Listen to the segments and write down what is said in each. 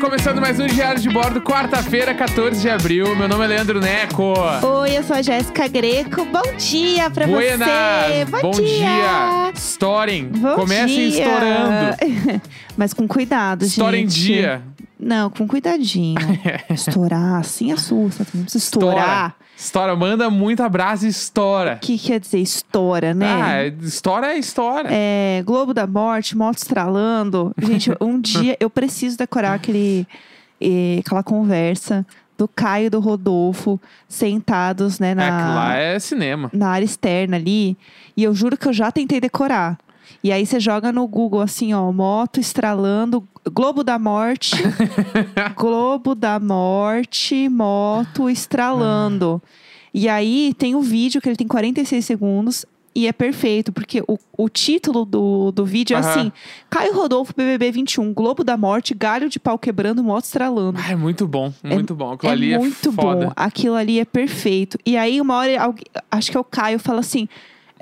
começando mais um Diário de Bordo, quarta-feira, 14 de abril. Meu nome é Leandro Neco. Oi, eu sou a Jéssica Greco. Bom dia pra Buenas! você. Bom dia! Storem! Comecem dia. estourando! Mas com cuidado, gente. Estourem dia! Não, com cuidadinho. Estourar, assim assusta. Não precisa Estoura! estourar. Estoura, manda muita brasa e estoura! O que quer dizer estoura, né? Ah, estoura é estoura. É, Globo da Morte, moto estralando. Gente, um dia eu preciso decorar aquele, eh, aquela conversa do Caio e do Rodolfo sentados, né, na, que lá é cinema. na área externa ali. E eu juro que eu já tentei decorar. E aí você joga no Google assim, ó, moto estralando, Globo da Morte, Globo da Morte, moto estralando. E aí tem o vídeo que ele tem 46 segundos e é perfeito, porque o, o título do, do vídeo é Aham. assim: Caio Rodolfo, BBB 21, Globo da Morte, galho de pau quebrando, moto estralando Ah, é muito bom, muito bom. Aquilo é ali muito é foda. bom. Aquilo ali é perfeito. E aí, uma hora, alguém- acho que é o Caio, fala assim.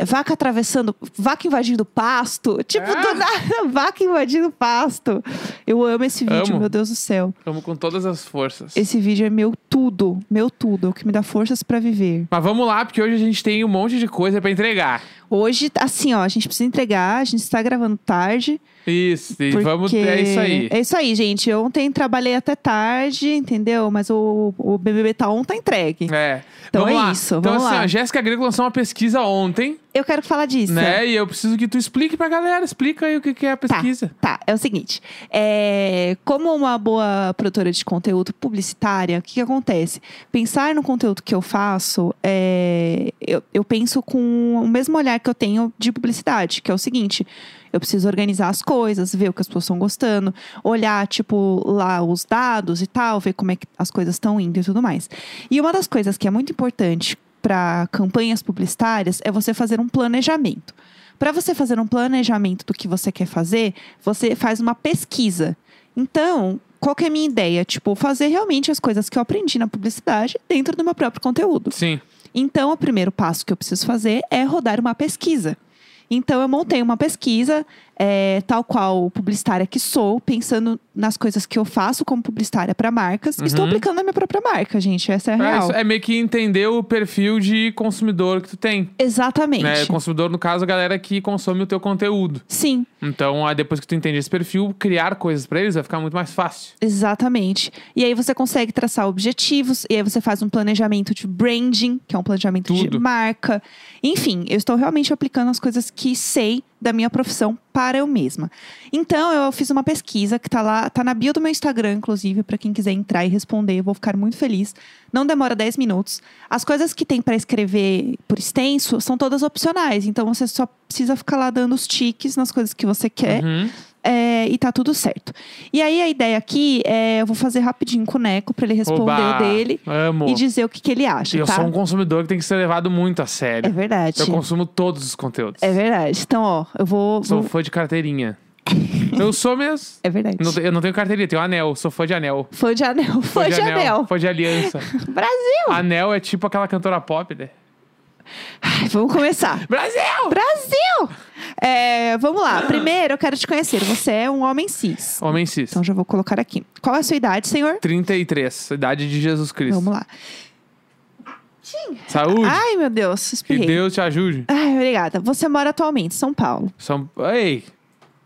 Vaca atravessando, vaca invadindo pasto. Tipo, Ah! do nada, vaca invadindo pasto. Eu amo esse vídeo, Amo. meu Deus do céu. Vamos com todas as forças. Esse vídeo é meu tudo, meu tudo. É o que me dá forças pra viver. Mas vamos lá, porque hoje a gente tem um monte de coisa pra entregar. Hoje, assim, ó, a gente precisa entregar, a gente está gravando tarde. Isso, e porque... vamos. É isso aí. É isso aí, gente. Eu Ontem trabalhei até tarde, entendeu? Mas o, o BBB tá on, tá entregue. É. Então vamos é lá. isso, Então, vamos assim, lá. ó, Jéssica Grego lançou uma pesquisa ontem, Eu quero falar disso. né? E eu preciso que tu explique pra galera. Explica aí o que, que é a pesquisa. Tá, é o seguinte. é, como uma boa produtora de conteúdo publicitária, o que, que acontece? Pensar no conteúdo que eu faço, é, eu, eu penso com o mesmo olhar que eu tenho de publicidade, que é o seguinte. Eu preciso organizar as coisas, ver o que as pessoas estão gostando, olhar, tipo, lá os dados e tal, ver como é que as coisas estão indo e tudo mais. E uma das coisas que é muito importante para campanhas publicitárias é você fazer um planejamento. Para você fazer um planejamento do que você quer fazer, você faz uma pesquisa. Então, qual que é a minha ideia? Tipo, fazer realmente as coisas que eu aprendi na publicidade dentro do meu próprio conteúdo. Sim. Então, o primeiro passo que eu preciso fazer é rodar uma pesquisa. Então, eu montei uma pesquisa, eh, tal qual publicitária que sou, pensando nas coisas que eu faço como publicitária para marcas. e Estou Uhum. aplicando a minha própria marca, gente. Essa é a É, real. isso- é meio que entender o perfil de consumidor que tu tem. Exatamente. Né? Consumidor, no caso, a galera que consome o teu conteúdo. Sim. Então, aí depois que tu entende esse perfil, criar coisas pra eles vai ficar muito mais fácil. Exatamente. E aí você consegue traçar objetivos, e aí você faz um planejamento de branding, que é um planejamento Tudo. de marca. Enfim, eu estou realmente aplicando as coisas que sei da minha profissão para eu mesma. Então, eu fiz uma pesquisa que tá lá, tá na bio do meu Instagram, inclusive, para quem quiser entrar e responder, eu vou ficar muito feliz. Não demora 10 minutos. As coisas que tem para escrever por extenso são todas opcionais, então você só precisa ficar lá dando os tiques nas coisas que você quer. Uhum. É, e tá tudo certo. E aí a ideia aqui é eu vou fazer rapidinho com o Neco pra ele responder Oba! o dele Amo. e dizer o que, que ele acha, Eu tá? sou um consumidor que tem que ser levado muito a sério. É verdade. Eu consumo todos os conteúdos. É verdade. Então, ó, eu vou. Sou vou- fã de carteirinha. eu sou mesmo. É verdade. Não te- eu não tenho carteirinha, tenho anel. Sou fã de anel. Fã de anel. Fã, de anel. Fã de aliança. Brasil! anel é tipo aquela cantora pop, né? Ai, vamos começar. Brasil! Brasil! É, vamos lá. Primeiro, eu quero te conhecer. Você é um homem cis. Homem cis. Então já vou colocar aqui. Qual é a sua idade, senhor? 33, idade de Jesus Cristo. Vamos Ah, lá. Saúde. Ai, meu Deus, que espirrei. Deus te ajude. Ai, obrigada. Você mora atualmente em São Paulo. São... Ei,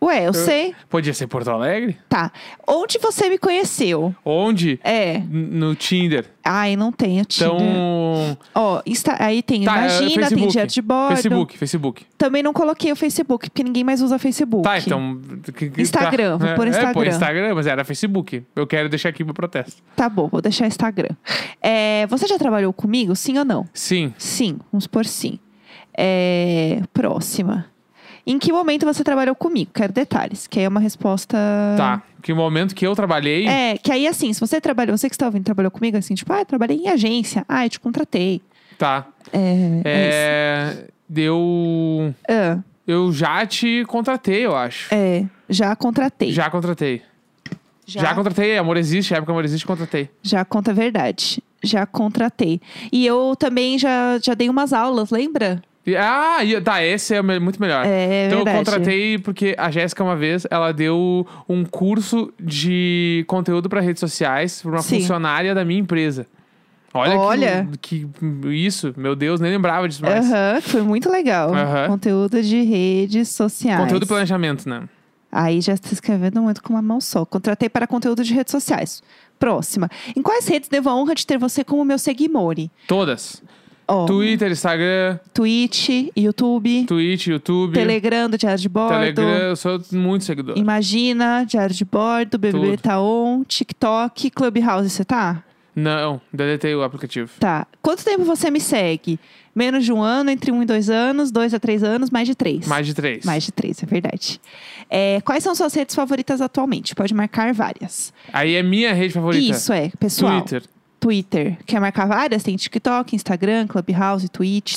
Ué, eu sei. podia ser Porto Alegre? Tá. Onde você me conheceu? Onde? É. N- No Tinder. Ai, não tenho Tinder. Então. Ó, Insta- aí tem Tá, é, Imagina, tem Facebook. Diário de Bordo. Facebook, Facebook. Também não coloquei o Facebook, porque ninguém mais usa Facebook. Tá, então. que- que- Instagram, tá. vou pôr É, pô, Instagram. Instagram, mas era Facebook. Eu quero deixar aqui meu protesto. Tá bom, vou deixar Instagram. É, você já trabalhou comigo? Sim ou não? Sim. Sim, vamos por sim. É, próxima. Em que momento você trabalhou comigo? Quero detalhes, que aí é uma resposta. Tá. Que momento que eu trabalhei. Ah. É, que aí assim, se você trabalhou, você que está ouvindo, trabalhou comigo, assim, tipo, ah, eu trabalhei em agência, ah, eu te contratei. Tá. É, é É. Deu. isso. Ah, Eu já te contratei, eu acho. é, já contratei. Já contratei. Já, contratei. Amor existe, época amor existe, contratei. Já conta a verdade. Já contratei. E eu também já, já dei umas aulas, lembra? E- Ah, e- tá, esse é me- muito melhor. É, é então verdade. eu contratei porque a Jéssica uma vez, ela deu um curso de conteúdo para redes sociais para uma Sim. funcionária da minha empresa. Olha, que- Olha. Que, isso, meu Deus, nem lembrava disso mais. Aham, que foi muito legal. Aham. Conteúdo de redes sociais. Conteúdo e planejamento, né? Aí já está escrevendo muito com uma mão só. Contratei para conteúdo de redes sociais. Próxima. Em quais redes devo a honra de ter você como meu seguimore? Todas. Ó, Twitter, Instagram, Twitch, YouTube, Twitch, YouTube, Telegram do Diário de Bordo. Telegram. Eu sou muito seguidor. Imagina, Diário de Bordo, BBB Tudo. tá on, TikTok, Clubhouse, você tá? Não, deletei o aplicativo. Tá. Quanto tempo você me segue? Menos de um ano, entre um e dois anos, dois a três anos, mais de três. Mais de três. Mais de três, é verdade. É, quais são suas redes favoritas atualmente? Pode marcar várias. Aí é minha rede favorita. Isso é, pessoal. Twitter. Twitter. Quer marcar várias? Tem TikTok, Instagram, Clubhouse, Twitch,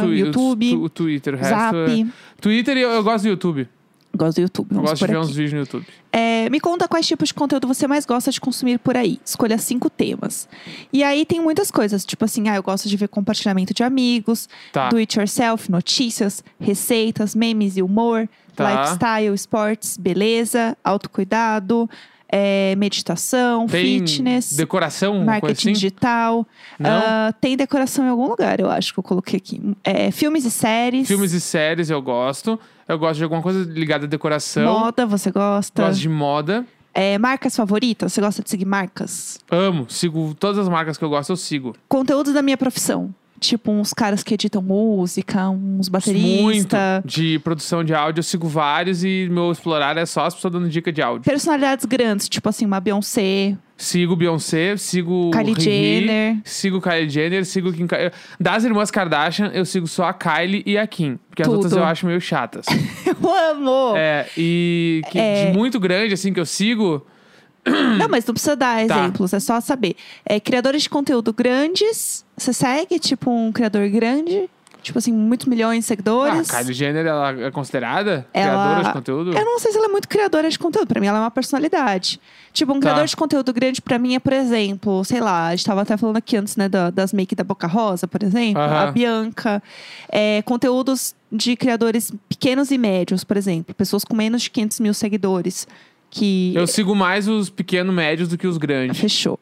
Só o twi- YouTube, O, tu- o Twitter, o resto Zap. é- Twitter e eu, eu gosto do YouTube. Gosto do YouTube, Eu vamos gosto de por ver aqui. uns vídeos no YouTube. É, me conta quais tipos de conteúdo você mais gosta de consumir por aí. Escolha cinco temas. E aí tem muitas coisas, tipo assim, ah, eu gosto de ver compartilhamento de amigos, Tá. do it yourself, notícias, receitas, memes e humor, Tá. lifestyle, esportes, beleza, autocuidado, é, meditação, Tem fitness, decoração, uma coisa marketing assim? digital. Não? Ah, tem decoração em algum lugar, eu acho que eu coloquei aqui. É, filmes e séries. Filmes e séries eu gosto. Eu gosto de alguma coisa ligada à decoração. Moda, você gosta? então. Gosto de moda. É, marcas favoritas? Você gosta de seguir marcas? Amo. Sigo todas as marcas que eu gosto, eu sigo. Conteúdos da minha profissão. Tipo, uns caras que editam música, uns Muito bateristas. de produção de áudio, eu sigo vários e meu explorar é só as pessoas dando dica de áudio. Personalidades grandes, tipo assim, uma Beyoncé, Sigo Beyoncé, sigo Kylie Riri, Jenner. sigo Kylie Jenner, sigo Kim Ka- Das irmãs Kardashian, eu sigo só a Kylie e a Kim, porque as Tudo. outras eu acho meio chatas. Eu amo! É, e que- É. de muito grande, assim, que eu sigo, Não, mas não precisa dar Tá. exemplos, é só saber. É, criadores de conteúdo grandes, você segue? Tipo, um criador grande? Tipo assim, muitos milhões ah, de a seguidores? Kylie Jenner, ela é considerada Ela- criadora de conteúdo? Eu não sei se ela é muito criadora de conteúdo. Pra mim, ela é uma personalidade. Tipo, um Tá. criador de conteúdo grande pra mim é, por exemplo, sei lá, a gente tava até falando aqui antes, né, da- das make da Boca Rosa, por exemplo, Aham. a Bianca. É, conteúdos de criadores pequenos e médios, por exemplo, pessoas com menos de 500 mil seguidores. Que. Eu sigo mais os pequenos médios do que os grandes. Fechou.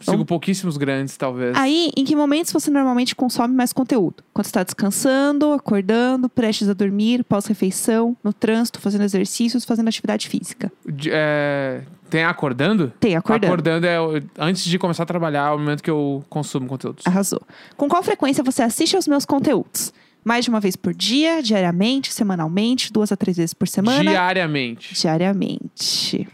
Sigo pouquíssimos grandes, talvez. Aí, em que momentos você normalmente consome mais conteúdo? Quando está descansando, acordando, prestes a dormir, pós-refeição, no trânsito, fazendo exercícios, fazendo atividade física. De- é, Tem acordando? Tem, acordando. é o- antes de começar a trabalhar, é o momento que eu consumo conteúdos. Arrasou. Com qual frequência você assiste aos meus conteúdos? Mais de uma vez por dia, diariamente, semanalmente, duas a três vezes por semana? Diariamente. Diariamente.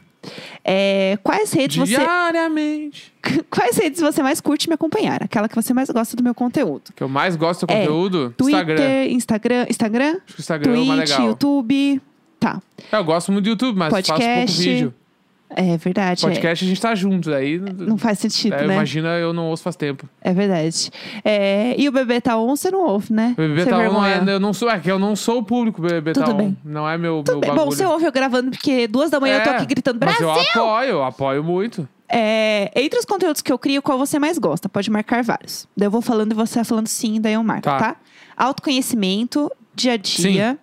É, quais, redes você, Diariamente. quais redes você mais curte me acompanhar? Aquela que você mais gosta do meu conteúdo? O que eu mais gosto do É, conteúdo? Instagram. Twitter, Instagram, Instagram, Acho que o Instagram é o mais Twitch, legal. YouTube. Tá. É, eu gosto muito do YouTube, mas faço pouco Podcast, vídeo. É verdade. é. Podcast a gente tá junto, daí. Não faz sentido, é, né? Imagina, eu não ouço faz tempo. É verdade. É, e o bebê tá on, você não ouve, né? O BBB Sem tá on, não é, vergonha. eu não sou, é que eu não sou o público do BBB Tudo tá on. bem. Não é meu, Tudo meu bem. Bom, bagulho. você ouve eu gravando, porque duas da manhã eu tô É, aqui gritando mas Brasil! eu apoio, eu apoio muito. É, entre os conteúdos que eu crio, qual você mais gosta? Pode marcar vários. Daí eu vou falando e você vai falando sim, daí eu marco, Tá. tá? Autoconhecimento, dia a dia.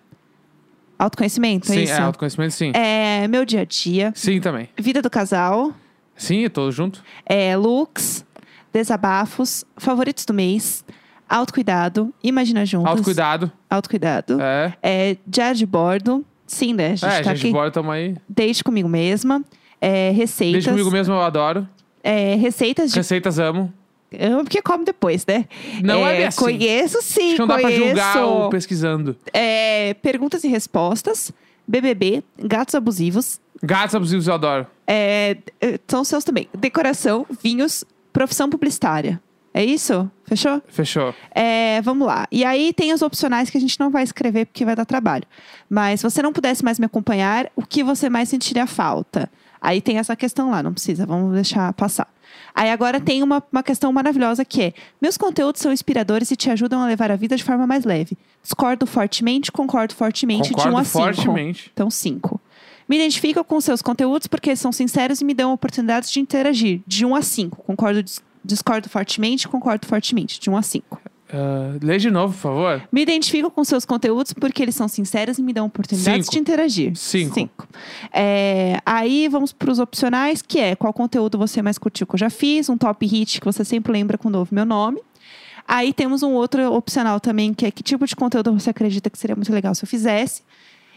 Autoconhecimento, sim, é isso? é, autoconhecimento sim. É, meu dia a dia. Sim também. Vida do casal. Sim, eu tô junto. é, looks, desabafos, favoritos do mês, autocuidado, imagina juntas. Autocuidado. Autocuidado. É. É, diário de bordo. Sim, né? A gente É, tá gente, aqui. bora, tamo aí. Date comigo mesma. É, receitas. Deixa comigo mesmo, eu adoro. é, receitas de Receitas amo. Amo porque come depois, né? Não é bem assim. Conheço sim, Acho que não dá pra conheço. julgar ou pesquisando. É, perguntas e respostas, BBB, gatos abusivos, Gatos abusivos eu adoro. é, é, são seus também. Decoração, vinhos, profissão publicitária. É isso? Fechou? Fechou. É, vamos lá. E aí tem os opcionais que a gente não vai escrever porque vai dar trabalho. Mas se você não pudesse mais me acompanhar, o que você mais sentiria falta? Aí tem essa questão lá, não precisa, vamos deixar passar. Aí agora tem uma, uma questão maravilhosa que é: meus conteúdos são inspiradores e te ajudam a levar a vida de forma mais leve. Discordo fortemente, concordo fortemente de 1 a Concordo 5. fortemente. Então, cinco. Me identifico com seus conteúdos porque eles são sinceros e me dão oportunidades um de interagir. De 1 a 5. Concordo, dis- discordo fortemente, concordo fortemente. De 1 a 5. Ah, lê de novo, por favor. Me identifico com seus conteúdos porque eles são sinceros e me dão oportunidades Cinco. de interagir. Cinco. É, aí vamos para os opcionais, que é qual conteúdo você mais curtiu que eu já fiz, um top hit que você sempre lembra quando ouve meu nome. Aí temos um outro opcional também, que é que tipo de conteúdo você acredita que seria muito legal se eu fizesse.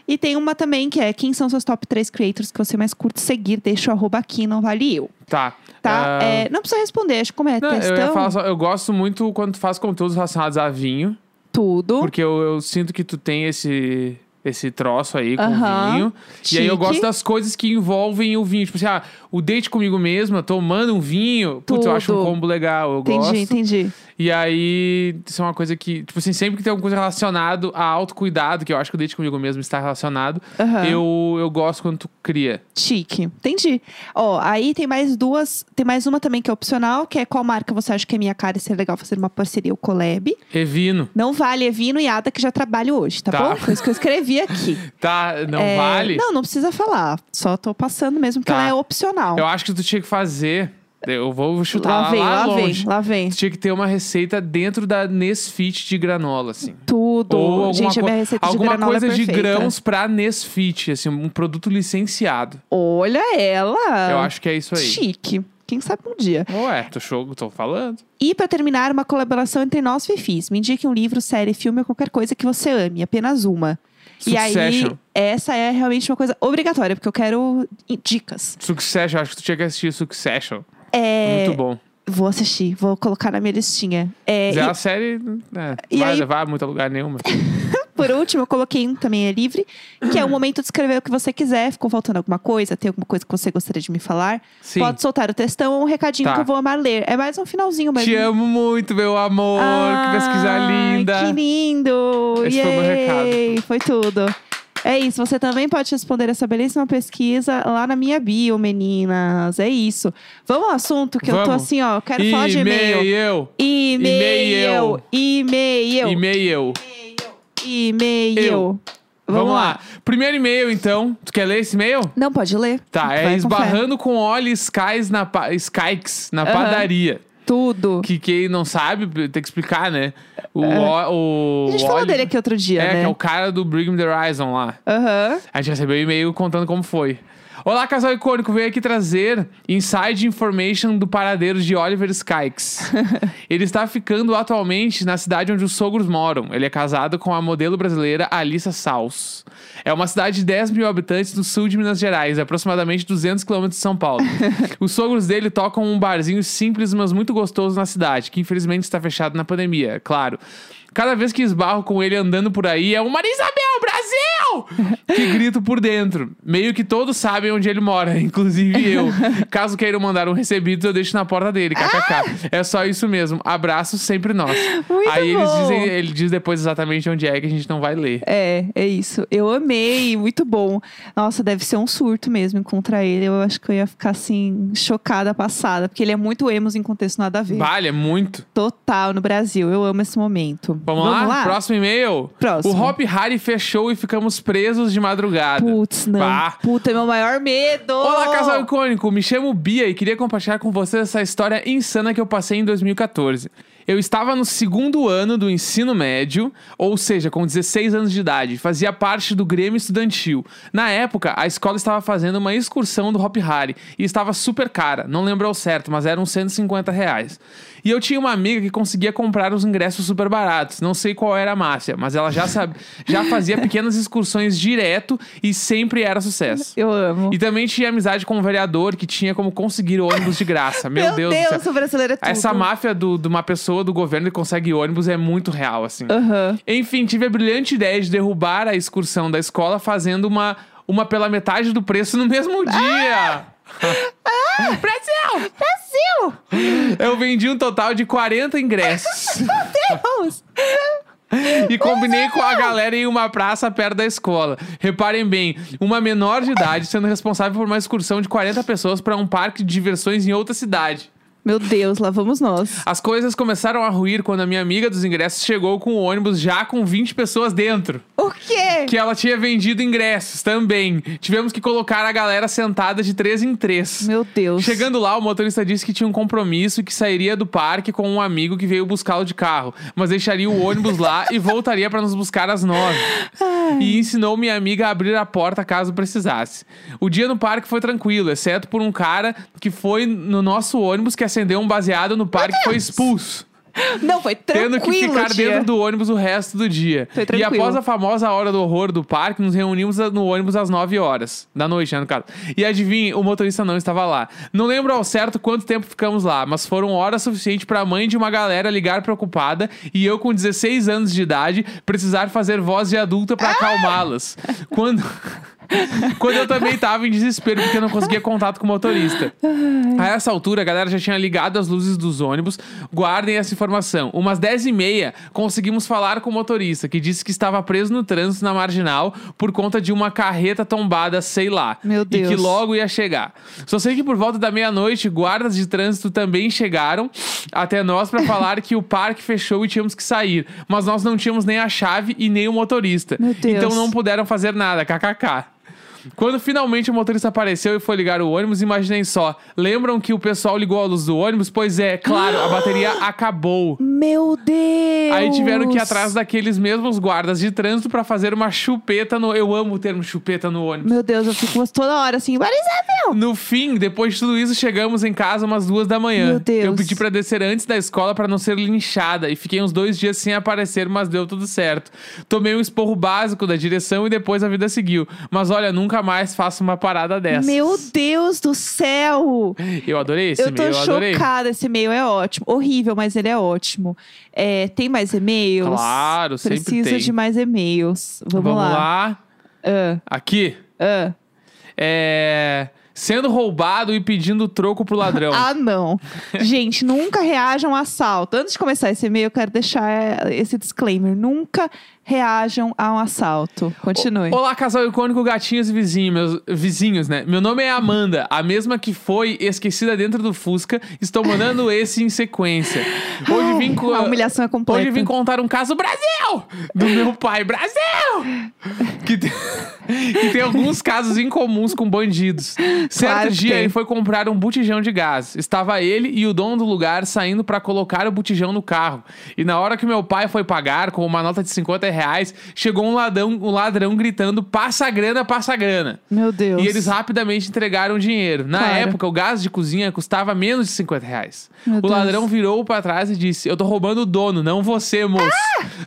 E tem uma também que é quem são seus top três creators que você mais curte seguir, deixa o arroba aqui, não vale eu. Tá. Tá? Ah, É, não precisa responder, acho que como é não, eu, ia questão, falar só, eu gosto muito quando tu faz conteúdos relacionados a vinho, tudo. porque eu, eu sinto que tu tem esse. Esse troço aí com Aham. vinho. E aí eu Chique. gosto das coisas que envolvem o vinho. Tipo assim, ah, o date comigo mesma, tomando um vinho. Putz, eu acho um Tudo. combo legal, eu Entendi, gosto. entendi. E aí, isso é uma coisa que, tipo assim, sempre que tem alguma coisa relacionado a autocuidado, que eu acho que o date comigo mesmo está relacionado, Aham. eu, eu gosto quando tu cria. Chique, entendi. Ó, aí tem mais duas, tem mais uma também que é opcional, que é qual marca você acha que é minha cara e seria legal fazer uma parceria ou collab. Revino. Não vale Evino e Ada que já trabalho hoje, tá, Tá. bom? Foi isso que eu escrevi aqui. Tá, não É, vale? Não, não precisa falar. Só tô passando mesmo, porque Tá. ela é opcional. Eu acho que tu tinha que fazer. Eu vou chutar lá lá, vem, lá, longe. vem, lá vem. Tu tinha que ter uma receita dentro da Nesfit de granola, assim. Tudo. Ou alguma, Gente, a co- minha receita de alguma granola coisa é de perfeita. grãos pra Nesfit, assim, um produto licenciado. Olha ela. Eu acho que é isso aí. Ah. Chique. Quem sabe um dia. Ué, tô, show, tô falando. E para terminar, uma colaboração entre nós, Fifis. Me indique um livro, série, filme ou qualquer coisa que você ame, apenas uma. E aí, Succession. essa é realmente uma coisa obrigatória, porque eu quero i- dicas. Succession, acho que tu tinha que assistir Succession. É, Muito bom. Vou assistir, vou colocar na minha listinha. É, Mas é e uma série. né, E vai aí- levar a muito a lugar nenhuma. por último, eu coloquei um também é livre, que é o momento de escrever o que você quiser. Ficou faltando alguma coisa? Tem alguma coisa que você gostaria de me falar? Sim. Pode soltar o textão ou um recadinho Tá. que eu vou amar ler. É mais um finalzinho mesmo. Te amo muito, meu amor. que pesquisa Ai, linda. Que lindo! Esse foi o meu Yay! Foi tudo. É isso, você também pode responder essa belíssima pesquisa lá na minha bio, meninas. É isso. Vamos ao assunto que eu tô Vamos. assim, ó, quero falar de e-mail. E-mail. E-mail, e-mail, E-mail. e-mail. Eu. Vamos lá. Primeiro e-mail, então. Tu quer ler esse e-mail? Não pode ler? Tá, Vai é com fé. esbarrando com óleo e skys na, pa... skikes na Aham. padaria. tudo. Que quem não sabe, tem que explicar, né? O, ó- o A gente falou Oli- dele aqui outro dia, É, né? que é o cara do Brigham the Horizon lá. Aham. A gente recebeu um e-mail contando como foi. Olá, casal icônico. Veio aqui trazer inside information do paradeiro de Oliver Sykes. Ele está ficando atualmente na cidade onde os sogros moram. Ele é casado com a modelo brasileira Alissa Saus. É uma cidade de 10 mil habitantes do sul de Minas Gerais, aproximadamente 200 quilômetros de São Paulo. os sogros dele tocam um barzinho simples, mas muito gostoso na cidade, que infelizmente está fechado na pandemia, é claro. Cada vez que esbarro com ele andando por aí, é um Maria Isabel, Brasil! Que grito por dentro. Meio que todos sabem onde ele mora, inclusive eu. Caso queiram mandar um recebido, eu deixo na porta dele, kkk. É só isso mesmo. Abraço sempre nós. Ah! Muito aí eles bom. dizem, ele diz depois exatamente onde é que a gente não vai ler. É, é isso. Eu amei, muito bom. Nossa, deve ser um surto mesmo encontrar ele. Eu acho que eu ia ficar assim, chocada, passada, porque ele é muito emos em contexto nada a ver. Vale, é muito. Total no Brasil. Eu amo esse momento. Vamos, lá? Próximo e-mail? Próximo. O Hop Harry fechou e ficamos presos de madrugada. Putz, não. Bah. Puta, é meu maior medo. Olá, casal icônico! Me chamo Bia e queria compartilhar com vocês essa história insana que eu passei em 2014. Eu estava no segundo ano do ensino médio, ou seja, com 16 anos de idade, fazia parte do Grêmio Estudantil. Na época, a escola estava fazendo uma excursão do Hop Harry e estava super cara, não lembro ao certo, mas eram 150 reais. E eu tinha uma amiga que conseguia comprar os ingressos super baratos, não sei qual era a máfia, mas ela já, sabe, já fazia pequenas excursões direto e sempre era sucesso. Eu amo. E também tinha amizade com um vereador que tinha como conseguir ônibus de graça. Meu, Deus, do céu. o brasileiro é tudo. Essa máfia do- de uma pessoa do governo que consegue ônibus é muito real, assim. Aham. Enfim, tive a brilhante ideia de derrubar a excursão da escola fazendo uma, uma pela metade do preço no mesmo dia. Ah, Brasil! Brasil! Eu vendi um total de 40 ingressos. Deus! E combinei com a galera em uma praça perto da escola. Reparem bem, uma menor de idade sendo responsável por uma excursão de 40 pessoas para um parque de diversões em outra cidade. Meu Deus, lá vamos nós. As coisas começaram a ruir quando a minha amiga dos ingressos chegou com o ônibus já com 20 pessoas dentro. O quê? Que ela tinha vendido ingressos também. Tivemos que colocar a galera sentada de três em três. Meu Deus. Chegando lá, o motorista disse que tinha um compromisso e que sairia do parque com um amigo que veio buscá-lo de carro, mas deixaria o ônibus lá e voltaria para nos buscar às nove. E ensinou minha amiga a abrir a porta caso precisasse. O dia no parque foi tranquilo, exceto por um cara que foi no nosso ônibus que acendeu um baseado no parque e foi expulso. Não, foi tranquilo. Tendo que ficar o dia. dentro do ônibus o resto do dia. Foi e tranquilo. após a famosa hora do horror do parque, nos reunimos no ônibus às 9 horas da noite, né, no caso. E adivinhe, o motorista não estava lá. Não lembro ao certo quanto tempo ficamos lá, mas foram horas suficiente para a mãe de uma galera ligar preocupada e eu, com 16 anos de idade, precisar fazer voz de adulta Ah! para acalmá-las. Quando. Quando eu também tava em desespero, porque eu não conseguia contato com o motorista. A essa altura, a galera já tinha ligado as luzes dos ônibus. Guardem essa informação. Umas 10 e meia, conseguimos falar com o motorista, que disse que estava preso no trânsito na Marginal por conta de uma carreta tombada, sei lá. Meu E que Deus. logo ia chegar. Só sei que por volta da meia-noite, guardas de trânsito também chegaram até nós para falar que o parque fechou e tínhamos que sair. Mas nós não tínhamos nem a chave e nem o motorista. Meu Deus. Então não puderam fazer nada, kkk. Quando finalmente o motorista apareceu e foi ligar o ônibus, imaginem só. Lembram que o pessoal ligou a luz do ônibus? Pois é, claro, a bateria acabou. Meu Deus. Aí tiveram que ir atrás daqueles mesmos guardas de trânsito pra fazer uma chupeta no. Eu amo o termo chupeta no ônibus. Meu Deus, eu fico toda hora assim, "What is happening?" No fim, depois de tudo isso, chegamos em casa umas duas da manhã. Meu Deus. Eu pedi pra descer antes da escola pra não ser linchada e fiquei uns dois dias sem aparecer, mas deu tudo certo. Tomei um esporro básico da direção e depois a vida seguiu. Mas olha, nunca mais faço uma parada dessa. Meu Deus do céu. Eu adorei esse eu tô e-mail, eu adorei. chocada, esse e-mail é ótimo. Horrível, mas ele é ótimo. É, tem mais e-mails? Claro, sempre Preciso tem. de mais e-mails. Vamos, lá. Ah, Aqui. ah. É. Sendo roubado e pedindo troco pro ladrão. Ah, não. Gente, nunca reajam a assalto. Antes de começar esse e-mail, eu quero deixar eh, esse disclaimer. Nunca reajam a um assalto. Continue. Olá, casal icônico, gatinhos e vizinhos, meus, vizinhos, né? Meu nome é Amanda, a mesma que foi esquecida dentro do Fusca. Estou mandando esse em sequência. Hoje vim com. A Ah, humilhação é completa. Hoje vim contar um caso Brasil! Do meu pai, Brasil! Que tem, que tem alguns casos incomuns com bandidos. Certo Claro que dia tem. ele foi comprar um botijão de gás. Estava ele e o dono do lugar saindo para colocar o botijão no carro. E na hora que meu pai foi pagar com uma nota de 50 reais, chegou um ladrão, um ladrão gritando: passa a grana, passa a grana. Meu Deus. E eles rapidamente entregaram o dinheiro. Na Claro. época, o gás de cozinha custava menos de 50 reais. Meu o Deus. ladrão virou pra trás e disse: Eu tô roubando o dono, não você, moço.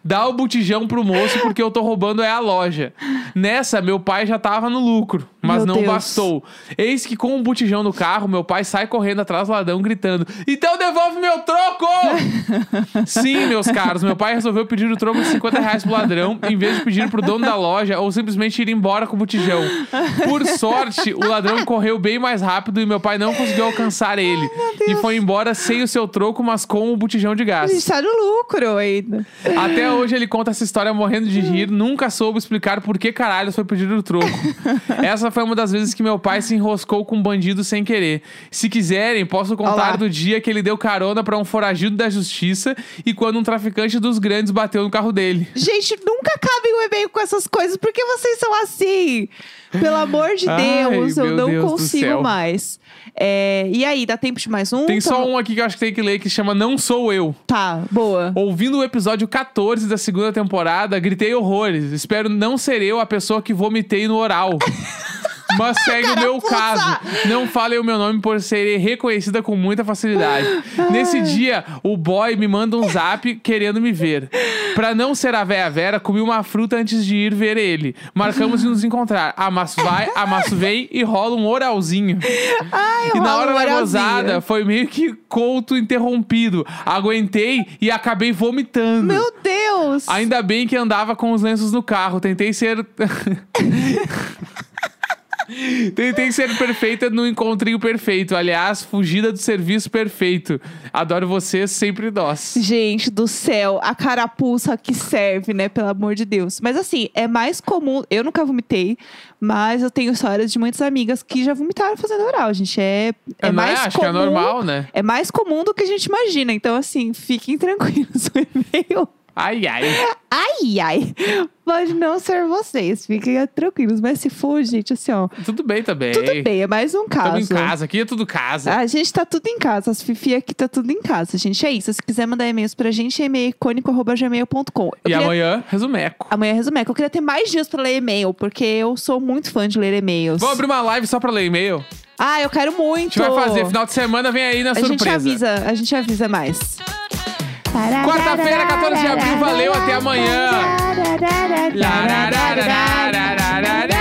Dá o botijão pro moço, porque eu tô roubando é a loja. Nessa, meu pai já tava no lucro, mas Meu não Deus. bastou. Eis que com o botijão no carro, meu pai sai correndo atrás do ladrão, gritando: Então devolve meu troco! Sim, meus caros, meu pai resolveu pedir o troco de 50 reais pro ladrão, em vez de pedir pro dono da loja ou simplesmente ir embora com o botijão. Por sorte, o ladrão correu bem mais rápido e meu pai não conseguiu alcançar ele. e foi embora sem o seu troco, mas com o botijão de A gente gás. tá no lucro ainda. Até hoje ele conta essa história morrendo de rir, nunca soube explicar por que caralho foi pedir o troco. Essa foi uma das vezes que meu pai se enroscou com um bandido sem querer. Se quiserem, posso contar Olá. do dia que ele deu carona pra um foragido da justiça e quando um traficante dos grandes bateu no carro dele. Gente, nunca acabem o e-mail com essas coisas. Por que vocês são assim? Pelo amor de Ai, Deus, meu eu não Deus do céu. consigo mais. É, e aí, dá tempo de mais um? Tem Tá- só um aqui que eu acho que tem que ler que chama Não Sou Eu. Tá, boa. Ouvindo o episódio 14 da segunda temporada, gritei horrores. Espero não ser eu a pessoa que vomitei no oral. Mas segue o meu Carapuça! caso. Não falem o meu nome por ser reconhecida com muita facilidade. Nesse dia, o boy me manda um zap querendo me ver. Pra não ser a véia Vera, comi uma fruta antes de ir ver ele. Marcamos de nos encontrar. Amasso vai, amasso vem e rola um oralzinho. Ai, E na rola hora da um oralzinho. gozada, foi meio que couto interrompido. Aguentei e acabei vomitando. Meu Deus! Ainda bem que andava com os lenços no carro. Tentei ser. Tem, tem que ser perfeita no encontrinho perfeito. Aliás, fugida do serviço perfeito. Adoro vocês, sempre nós. Gente do céu, a carapuça que serve, né? Pelo amor de Deus. Mas assim, é mais comum. Eu nunca vomitei, mas eu tenho histórias de muitas amigas que já vomitaram fazendo oral, gente. É, é, Não mais Acho comum. que é normal, né? É mais comum do que a gente imagina. Então, assim, fiquem tranquilos. O e-mail. Ai, ai. Ai, ai. Pode não ser vocês. Fiquem tranquilos. Mas se for, gente, assim, ó. Tudo bem também. Tudo bem, é mais um caso. Estamos em casa, aqui é tudo casa. A gente tá tudo em casa, as Fifi aqui tá tudo em casa, gente. É isso. Se quiser mandar e-mails pra gente, é e-mail icônico.gmail.com. Eu e queria- amanhã, resumeco. Amanhã é resumeco. Eu queria ter mais dias pra ler e-mail, porque eu sou muito fã de ler e-mails. Vamos abrir uma live só pra ler e-mail? Ah, eu quero A muito. gente vai fazer. Final de semana vem aí na A gente surpresa. avisa, a gente avisa mais. Quarta-feira, 14 de abril. Valeu, até amanhã.